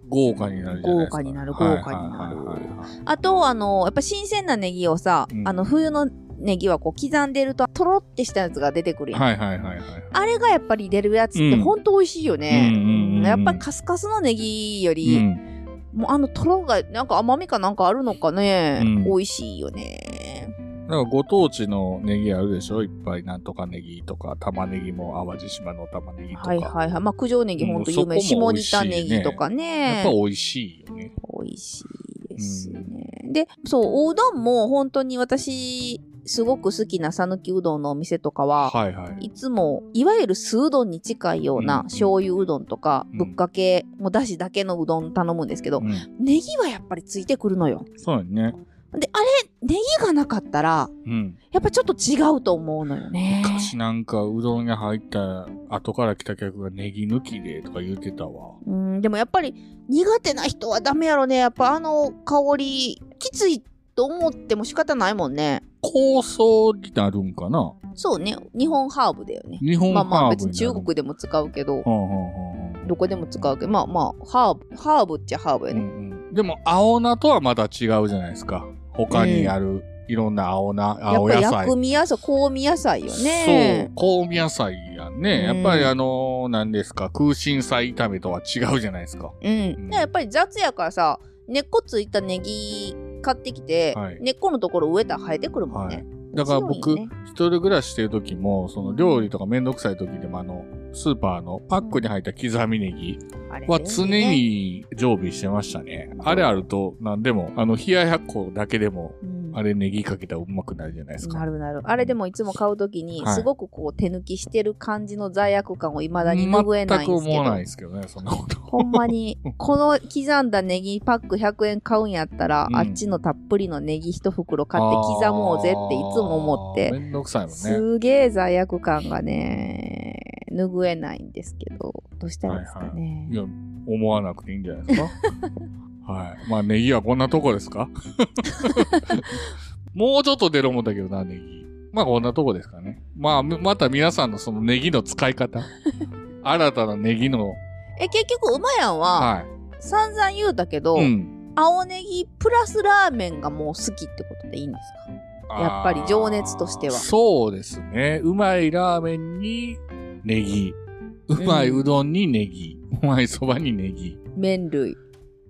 [SPEAKER 3] 豪華になるじゃないですか。
[SPEAKER 4] 豪華になる
[SPEAKER 3] はい
[SPEAKER 4] 豪華になる
[SPEAKER 3] はいはいはい
[SPEAKER 4] あと、あの、やっぱ新鮮なネギをさ、
[SPEAKER 3] うん
[SPEAKER 4] あの、冬のネギはこう刻んでると、とろってしたやつが出てくるやん。
[SPEAKER 3] はいはいはいはいはい。
[SPEAKER 4] あれがやっぱり出るやつって
[SPEAKER 3] うん
[SPEAKER 4] ほんと美味しいよね。
[SPEAKER 3] うんうんうんうん
[SPEAKER 4] やっぱりカスカスのネギよ
[SPEAKER 3] う
[SPEAKER 4] り、
[SPEAKER 3] ん。
[SPEAKER 4] もうあのとろが、なんか甘みかなんかあるのかね。
[SPEAKER 3] うん
[SPEAKER 4] 美味しいよね。
[SPEAKER 3] なんかご当地のネギあるでしょいっぱいなんとかネギとか、玉ねぎも淡路島の玉ねぎとか。
[SPEAKER 4] はいはいはい。まあ、九条ネギほんと有名。
[SPEAKER 3] うんそこも
[SPEAKER 4] 下
[SPEAKER 3] 美味
[SPEAKER 4] 仁
[SPEAKER 3] しいね
[SPEAKER 4] 田ネギとか
[SPEAKER 3] やっぱ
[SPEAKER 4] ね。
[SPEAKER 3] 美味しいよね。
[SPEAKER 4] 美味しいですね。で、そう、おうどんも本当に私、すごく好きな讃岐うどんのお店とかは、
[SPEAKER 3] はいはい。
[SPEAKER 4] いつもいわゆる酢うどんに近いよう
[SPEAKER 3] うんう
[SPEAKER 4] なん醤油うどんとか、
[SPEAKER 3] うん
[SPEAKER 4] ぶっかけもうだしだけのうどん頼むんですけど、
[SPEAKER 3] うん、
[SPEAKER 4] ネギはやっぱりついてくるのよ。
[SPEAKER 3] そうやね。
[SPEAKER 4] であれネギがなかったら
[SPEAKER 3] うん。
[SPEAKER 4] やっぱちょっと違うと思うのよね。
[SPEAKER 3] 昔なんかうどんが入った後から来た客がネギ抜きでとか言うてたわ。
[SPEAKER 4] うんでもやっぱり苦手な人はダメやろねやっぱあの香りきついと思っても仕方ないもんね。
[SPEAKER 3] 構想になるんかな
[SPEAKER 4] そうね。日本ハーブだよね。
[SPEAKER 3] 日本
[SPEAKER 4] ま
[SPEAKER 3] ハー
[SPEAKER 4] あ
[SPEAKER 3] ブ
[SPEAKER 4] まあ別に中
[SPEAKER 3] で
[SPEAKER 4] 国でも使うけど、ど
[SPEAKER 3] ど
[SPEAKER 4] こでも使うけど、まあまあ、ハーブ、ハーブっちゃハーブよ
[SPEAKER 3] う
[SPEAKER 4] ね。
[SPEAKER 3] んうんでも青菜とはまた違うじゃないですか他にあるいろんな青菜
[SPEAKER 4] や
[SPEAKER 3] 青
[SPEAKER 4] っぱ
[SPEAKER 3] 野菜
[SPEAKER 4] 薬味野菜、香味野菜よね。
[SPEAKER 3] そう香味野菜やんね、
[SPEAKER 4] うん
[SPEAKER 3] やっぱりあのー何ですか空心菜炒めとは違うじゃないですか
[SPEAKER 4] う。ん。でやっぱり雑やからさ、根っこついたネギ買ってきて、
[SPEAKER 3] はい
[SPEAKER 4] 根っこのところ植えたら生えてくるもん
[SPEAKER 3] はい
[SPEAKER 4] ね。
[SPEAKER 3] だから僕、
[SPEAKER 4] 強いね
[SPEAKER 3] 一人暮らししてる時もその料理とかめんどくさい時でもあのスーパーのパックに入った刻みネギ
[SPEAKER 4] あれ
[SPEAKER 3] は
[SPEAKER 4] 便
[SPEAKER 3] 常
[SPEAKER 4] 利ね。
[SPEAKER 3] に常備してましたね。あれあると何でも、あの冷ややっこだけでも
[SPEAKER 4] うん
[SPEAKER 3] あれネギかけたらうまくなるじゃないです
[SPEAKER 4] な
[SPEAKER 3] か。
[SPEAKER 4] るなる。あれでもいつも買うときに、
[SPEAKER 3] はい
[SPEAKER 4] すごくこう手抜きしてる感じの罪悪感を未だに
[SPEAKER 3] 全
[SPEAKER 4] 拭えないん
[SPEAKER 3] く
[SPEAKER 4] です
[SPEAKER 3] 思
[SPEAKER 4] けど。
[SPEAKER 3] わないですけどね、そんなこと。
[SPEAKER 4] ほんまに、この刻んだネギパック100円買うんやったら、
[SPEAKER 3] うん
[SPEAKER 4] あっちのたっぷりのネギ一袋買って刻もうぜっていつも思
[SPEAKER 3] あ
[SPEAKER 4] っ
[SPEAKER 3] ー
[SPEAKER 4] て、
[SPEAKER 3] めんどくさいもんね。
[SPEAKER 4] すげえ罪悪感がね、拭えないんですけど、どうしたらいいですかね。
[SPEAKER 3] いや、思わなくていいんじゃない ですか。はい。まあネギはこんなとこですかもうちょっと出る思ったけどな、ネギ。まあこんなとこですかね。まあ、むまた皆さんのそのネギの使い 方。新たなネギの。
[SPEAKER 4] え、結局、うまやんは、
[SPEAKER 3] は
[SPEAKER 4] 散々言うたけど、
[SPEAKER 3] い。うん。
[SPEAKER 4] 青ネギプラスラーメンがもう好きってことでいいんですかやっぱり情熱としては
[SPEAKER 3] あーそうですね。うまいラーメンにネギ。うまいうどんにネギ。うまいそばにネギ。
[SPEAKER 4] 麺類。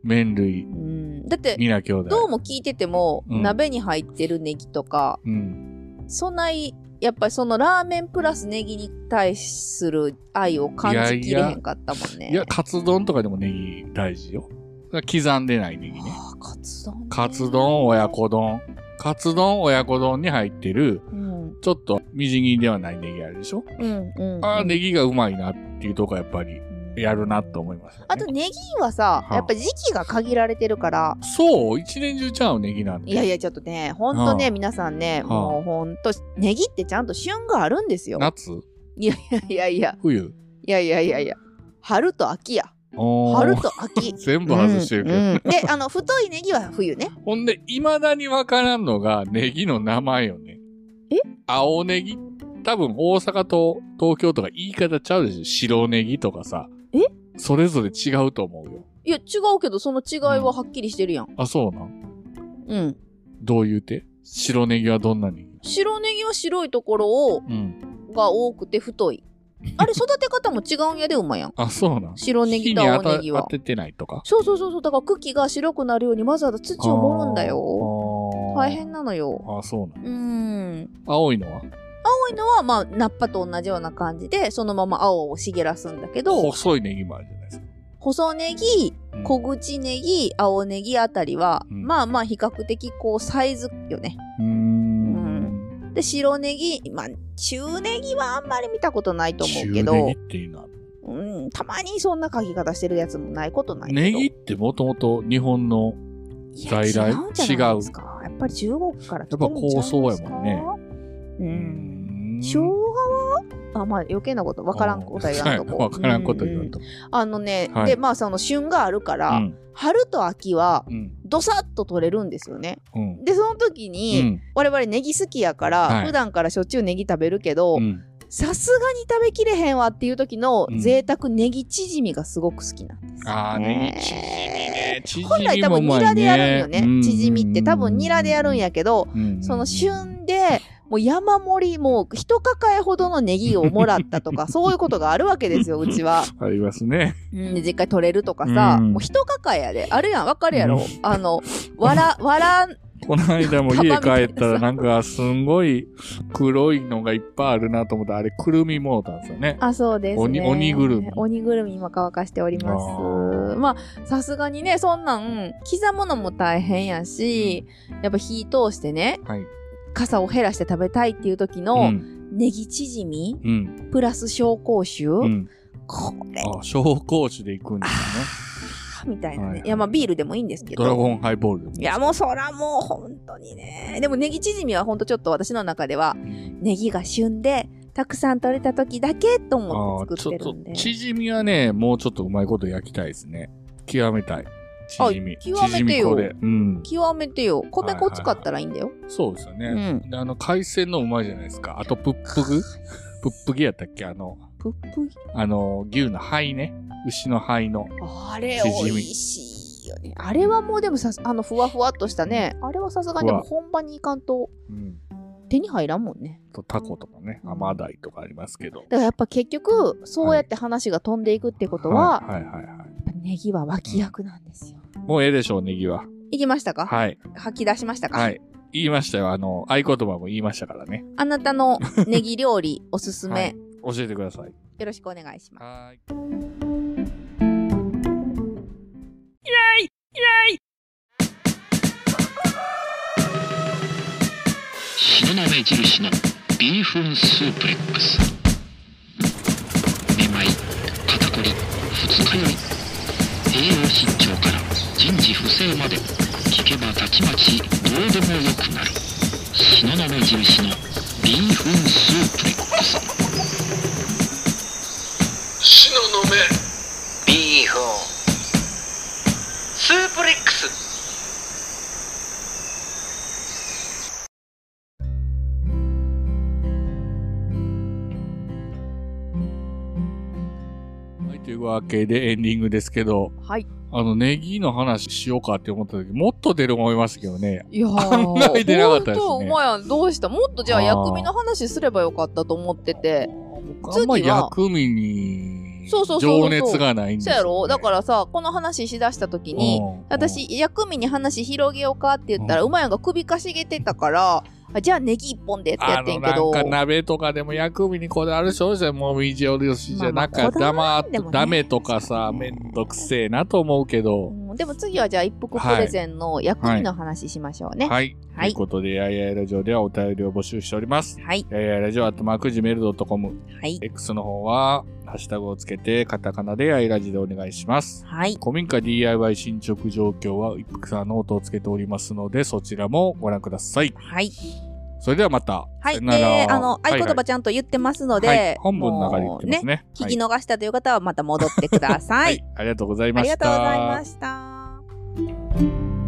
[SPEAKER 3] 麺類。
[SPEAKER 4] うん。だって、
[SPEAKER 3] ニナ兄弟。
[SPEAKER 4] どうも聞いてても、
[SPEAKER 3] うん
[SPEAKER 4] 鍋に入ってるネギとか、
[SPEAKER 3] うん。
[SPEAKER 4] そない、やっぱりそのラーメンプラスネギに対する愛を感じきれへんかったもんね。
[SPEAKER 3] いや、カツ丼とかでもネギ大事よ。刻んでないネギね。
[SPEAKER 4] あーカツ丼ね。
[SPEAKER 3] カツ丼、親子丼。カツ丼、親子丼に入ってる、
[SPEAKER 4] うん。
[SPEAKER 3] ちょっとみじん切りではないネギあるでしょ、
[SPEAKER 4] うん。うん。
[SPEAKER 3] ああ、ネギがうまいなっていうとこはやっぱりやるなと思いますよね、
[SPEAKER 4] あとネギはさ、
[SPEAKER 3] は
[SPEAKER 4] やっぱ時期が限られてるから、
[SPEAKER 3] そう一年中ちゃうネギなんて。
[SPEAKER 4] いやいや、ちょっとね、ほんと
[SPEAKER 3] は
[SPEAKER 4] ね、
[SPEAKER 3] あ
[SPEAKER 4] 皆さんね、
[SPEAKER 3] はあ
[SPEAKER 4] もうほんと、ネギってちゃんと旬があるんですよ。
[SPEAKER 3] 夏
[SPEAKER 4] いやいやいや
[SPEAKER 3] 冬
[SPEAKER 4] いやいやいやいやいや。春と秋や。
[SPEAKER 3] おー
[SPEAKER 4] 春と秋。
[SPEAKER 3] 全部外してるけど。
[SPEAKER 4] うんうんで、あの、太いネギは冬ね。
[SPEAKER 3] ほんで、未だにわからんのが、ネギの名前よね。
[SPEAKER 4] え
[SPEAKER 3] 青ネギ多分、大阪と東京とか言い方ちゃうでしょ白ネギとかさ。
[SPEAKER 4] え
[SPEAKER 3] それぞれ違うと思うよ。
[SPEAKER 4] いや、違うけど、その違いははっきりしてるやん。
[SPEAKER 3] あ、そうなん
[SPEAKER 4] うん。
[SPEAKER 3] どう言うて白ネギはどんなネギ
[SPEAKER 4] 白ネギは白いところを
[SPEAKER 3] うん。
[SPEAKER 4] が多くて太 い。あれ、育て方も違うんやで、うまいやん。
[SPEAKER 3] あ、そうなん
[SPEAKER 4] 白ネギと
[SPEAKER 3] 火に
[SPEAKER 4] 青
[SPEAKER 3] 当た
[SPEAKER 4] ネギは
[SPEAKER 3] 当。ててないとか。
[SPEAKER 4] そうそうそうそう、だから茎が白くなるようにわざわざ土を盛るんだよ。
[SPEAKER 3] あー
[SPEAKER 4] 大。変なのよ。
[SPEAKER 3] あ、そうなん
[SPEAKER 4] うーん。
[SPEAKER 3] 青いのは
[SPEAKER 4] 青いのは、まあ、ナッパと同じような感じで、そのまま青を茂らすんだけど、
[SPEAKER 3] 細いネギもあるじゃないですか。
[SPEAKER 4] 細ネギ、
[SPEAKER 3] うん
[SPEAKER 4] 小口ネギ、青ネギあたりは、
[SPEAKER 3] うん
[SPEAKER 4] まあまあ比較的こうサイズよね。
[SPEAKER 3] うーん。
[SPEAKER 4] で、白ネギ、まあ中ネギはあんまり見たことないと思う
[SPEAKER 3] 中
[SPEAKER 4] けど
[SPEAKER 3] ネギ、っていうのは
[SPEAKER 4] うん、たまにそんな書き方してるやつもないことないけど。
[SPEAKER 3] ネギってもともと日本の
[SPEAKER 4] いや
[SPEAKER 3] 在来
[SPEAKER 4] 違うんじゃないですか。やっぱり中国から来てるんちゃうんですか
[SPEAKER 3] やっぱ構想やもんね。
[SPEAKER 4] う。
[SPEAKER 3] うんん
[SPEAKER 4] 昭和はあ、まあ余計なこと、わからんことは言わんと こ。
[SPEAKER 3] わからんこと言わんとこ。
[SPEAKER 4] うんうんあのね、
[SPEAKER 3] はい
[SPEAKER 4] で、まあその旬があるか
[SPEAKER 3] う
[SPEAKER 4] ら、
[SPEAKER 3] ん。
[SPEAKER 4] 春と秋は、
[SPEAKER 3] うん。
[SPEAKER 4] どさっと取れるんですよね。
[SPEAKER 3] うん。
[SPEAKER 4] で、その時に、我々ネギ好きやから、
[SPEAKER 3] はい
[SPEAKER 4] 普段からしょっちゅうネギ食べるけど
[SPEAKER 3] う、ん。
[SPEAKER 4] さすがに食べきれへんわっていう時の
[SPEAKER 3] うん
[SPEAKER 4] 贅沢ネギチヂミがすごく好きなんです。
[SPEAKER 3] ああ、ネギチヂミね。チヂミ
[SPEAKER 4] 本来多分ニラでやるんよね。チヂミって多分ニラでやるんやけど、
[SPEAKER 3] うんうん
[SPEAKER 4] その旬で、もう山盛り、もう一抱えほどのネギをもらっ たとか、そういうことがあるわけですよ、うちは。
[SPEAKER 3] ありますね。
[SPEAKER 4] うん、で実家に取れるとかさ、
[SPEAKER 3] うん
[SPEAKER 4] もう一抱えやで。あるやん、わかるやろ。
[SPEAKER 3] うん
[SPEAKER 4] あの、わら、 わら、
[SPEAKER 3] この間も家帰ったらなんかすんごい黒いのがいっぱいあるなと思ったあれくるみもうたんですよね。
[SPEAKER 4] あ、そうです
[SPEAKER 3] 鬼
[SPEAKER 4] ね。
[SPEAKER 3] 鬼ぐるみ
[SPEAKER 4] 鬼ぐるみ今乾かしております
[SPEAKER 3] あー。
[SPEAKER 4] まあ、さすがにね、そんなん、刻むのも大変やし、やっぱ火通してね、
[SPEAKER 3] はい。
[SPEAKER 4] 傘を減らして食べたいっていう時
[SPEAKER 3] う
[SPEAKER 4] の、
[SPEAKER 3] ん。
[SPEAKER 4] ネギチヂミ、
[SPEAKER 3] うん。
[SPEAKER 4] プラス紹興酒、
[SPEAKER 3] うん。
[SPEAKER 4] これ、
[SPEAKER 3] あ、紹興酒で行くんです
[SPEAKER 4] みたいなね。
[SPEAKER 3] はいい
[SPEAKER 4] や、まあ、ビールでもいいんですけ
[SPEAKER 3] ね。
[SPEAKER 4] ど。
[SPEAKER 3] ドラゴンハイボールでも
[SPEAKER 4] いや、もうそらもう本当にね。でもネギチヂミは本当ちょっと私の中では、
[SPEAKER 3] うん
[SPEAKER 4] ネギが旬で、たくさん取れた時だけと
[SPEAKER 3] あ
[SPEAKER 4] 思っ
[SPEAKER 3] ー
[SPEAKER 4] て
[SPEAKER 3] ちょ
[SPEAKER 4] 作っ
[SPEAKER 3] って
[SPEAKER 4] る
[SPEAKER 3] と
[SPEAKER 4] んで。
[SPEAKER 3] チヂミはねもうちょっとうまいこと焼きたいですね極めたい縮み。
[SPEAKER 4] 極めて
[SPEAKER 3] 縮み
[SPEAKER 4] よ
[SPEAKER 3] 粉で。うん。
[SPEAKER 4] 極めてよ。米粉使ったらいいんだよ。
[SPEAKER 3] そうですよね。
[SPEAKER 4] うん
[SPEAKER 3] であの、海鮮のうまいじゃないですか。あと、プップグプップギやったっけあの、
[SPEAKER 4] ぷっぷい。
[SPEAKER 3] あの、牛の肺ね。牛の肺の。
[SPEAKER 4] あれ
[SPEAKER 3] しじみ
[SPEAKER 4] 美味しいよね。あれはもうでもさす、あの、ふわふわっとしたね。あれはさすがにでも
[SPEAKER 3] ふ
[SPEAKER 4] 本場に行かんと
[SPEAKER 3] うん。
[SPEAKER 4] 手に入らんもんね。
[SPEAKER 3] と、タコとかね。
[SPEAKER 4] うん
[SPEAKER 3] アマダイとかありますけど。
[SPEAKER 4] だからやっぱ結局、そうやって話が飛んでいくってことは、
[SPEAKER 3] はい、はい、はいはい。
[SPEAKER 4] やっぱネギは脇役なんですよ。
[SPEAKER 3] もうええでしょう、ネギは。
[SPEAKER 4] 行きましたか、
[SPEAKER 3] はい。
[SPEAKER 4] 吐き出しましたか、
[SPEAKER 3] はい。言いましたよ。あの、合言葉も言いましたからね。
[SPEAKER 4] あなたのネギ 料理おすすめ、
[SPEAKER 3] はい教えてください。
[SPEAKER 4] よろしくお願いします。
[SPEAKER 3] はい。
[SPEAKER 10] 白鍋印のビーフンスープレックスめまい肩こり二日酔い栄養失調から人事不正まで聞けばたちまちどうでもよくなる白鍋印のビーフンスープレックス白鍋ビーフンスープレックス
[SPEAKER 3] はい、というわけでエンディングですけど、
[SPEAKER 4] はい。
[SPEAKER 3] あの、ネギの話しようかって思った時、もっと出る思いましたけどね。
[SPEAKER 4] いやー、
[SPEAKER 3] 考えてなかったですね
[SPEAKER 4] ほんとお前はどうしたもっとじゃあ
[SPEAKER 3] あー
[SPEAKER 4] 薬味の話すればよかったと思ってて。
[SPEAKER 3] あんまり薬味に
[SPEAKER 4] そうそうそうそ
[SPEAKER 3] 情
[SPEAKER 4] う
[SPEAKER 3] 熱がないんです
[SPEAKER 4] そ
[SPEAKER 3] よ、ね。
[SPEAKER 4] やろだからさ、この話しだした時に、
[SPEAKER 3] うん、
[SPEAKER 4] 私、薬味に話広げようかって言ったら、
[SPEAKER 3] う
[SPEAKER 4] うまいんが首かしげてたから、あじゃあネギ一本でってや
[SPEAKER 3] あ
[SPEAKER 4] って
[SPEAKER 3] の、
[SPEAKER 4] んけ
[SPEAKER 3] な
[SPEAKER 4] ど
[SPEAKER 3] ん。か鍋とかでも薬味にこだわる人じゃん。もみじおろしじゃな
[SPEAKER 4] ま
[SPEAKER 3] か
[SPEAKER 4] あまあこ
[SPEAKER 3] ダ
[SPEAKER 4] だ
[SPEAKER 3] マ
[SPEAKER 4] わらんでもね
[SPEAKER 3] ダメとかさ、めんどくせえなと思うけど。
[SPEAKER 4] うんでも次はじゃあ一服プレゼンの薬味の話しましょうね。
[SPEAKER 3] はい。
[SPEAKER 4] はい
[SPEAKER 3] ということで、やいやいラジオではお便りを募集しております。
[SPEAKER 4] はい。
[SPEAKER 3] やいやいラジオアットマークジメールドットコム。
[SPEAKER 4] はい。
[SPEAKER 3] X の方は、ハッシュタグをつけて、カタカナでやいラジでお願いします。
[SPEAKER 4] はい。
[SPEAKER 3] 古民家 DIY 進捗状況は、一服さんノートをつけておりますので、そちらもご覧ください。
[SPEAKER 4] はい。
[SPEAKER 3] それではまた。
[SPEAKER 4] は
[SPEAKER 3] さ
[SPEAKER 4] い。
[SPEAKER 3] よなら
[SPEAKER 4] で、あの、合言
[SPEAKER 3] はいは
[SPEAKER 4] 葉
[SPEAKER 3] い
[SPEAKER 4] ちゃんと言ってますので、
[SPEAKER 3] はい本文の中で言
[SPEAKER 4] も
[SPEAKER 3] っ
[SPEAKER 4] う
[SPEAKER 3] てますね。
[SPEAKER 4] 聞き逃したという方はまた戻ってくださ。
[SPEAKER 3] はいい、ありがとうござい
[SPEAKER 4] あ
[SPEAKER 3] ま
[SPEAKER 4] り
[SPEAKER 3] した。
[SPEAKER 4] がとうございました。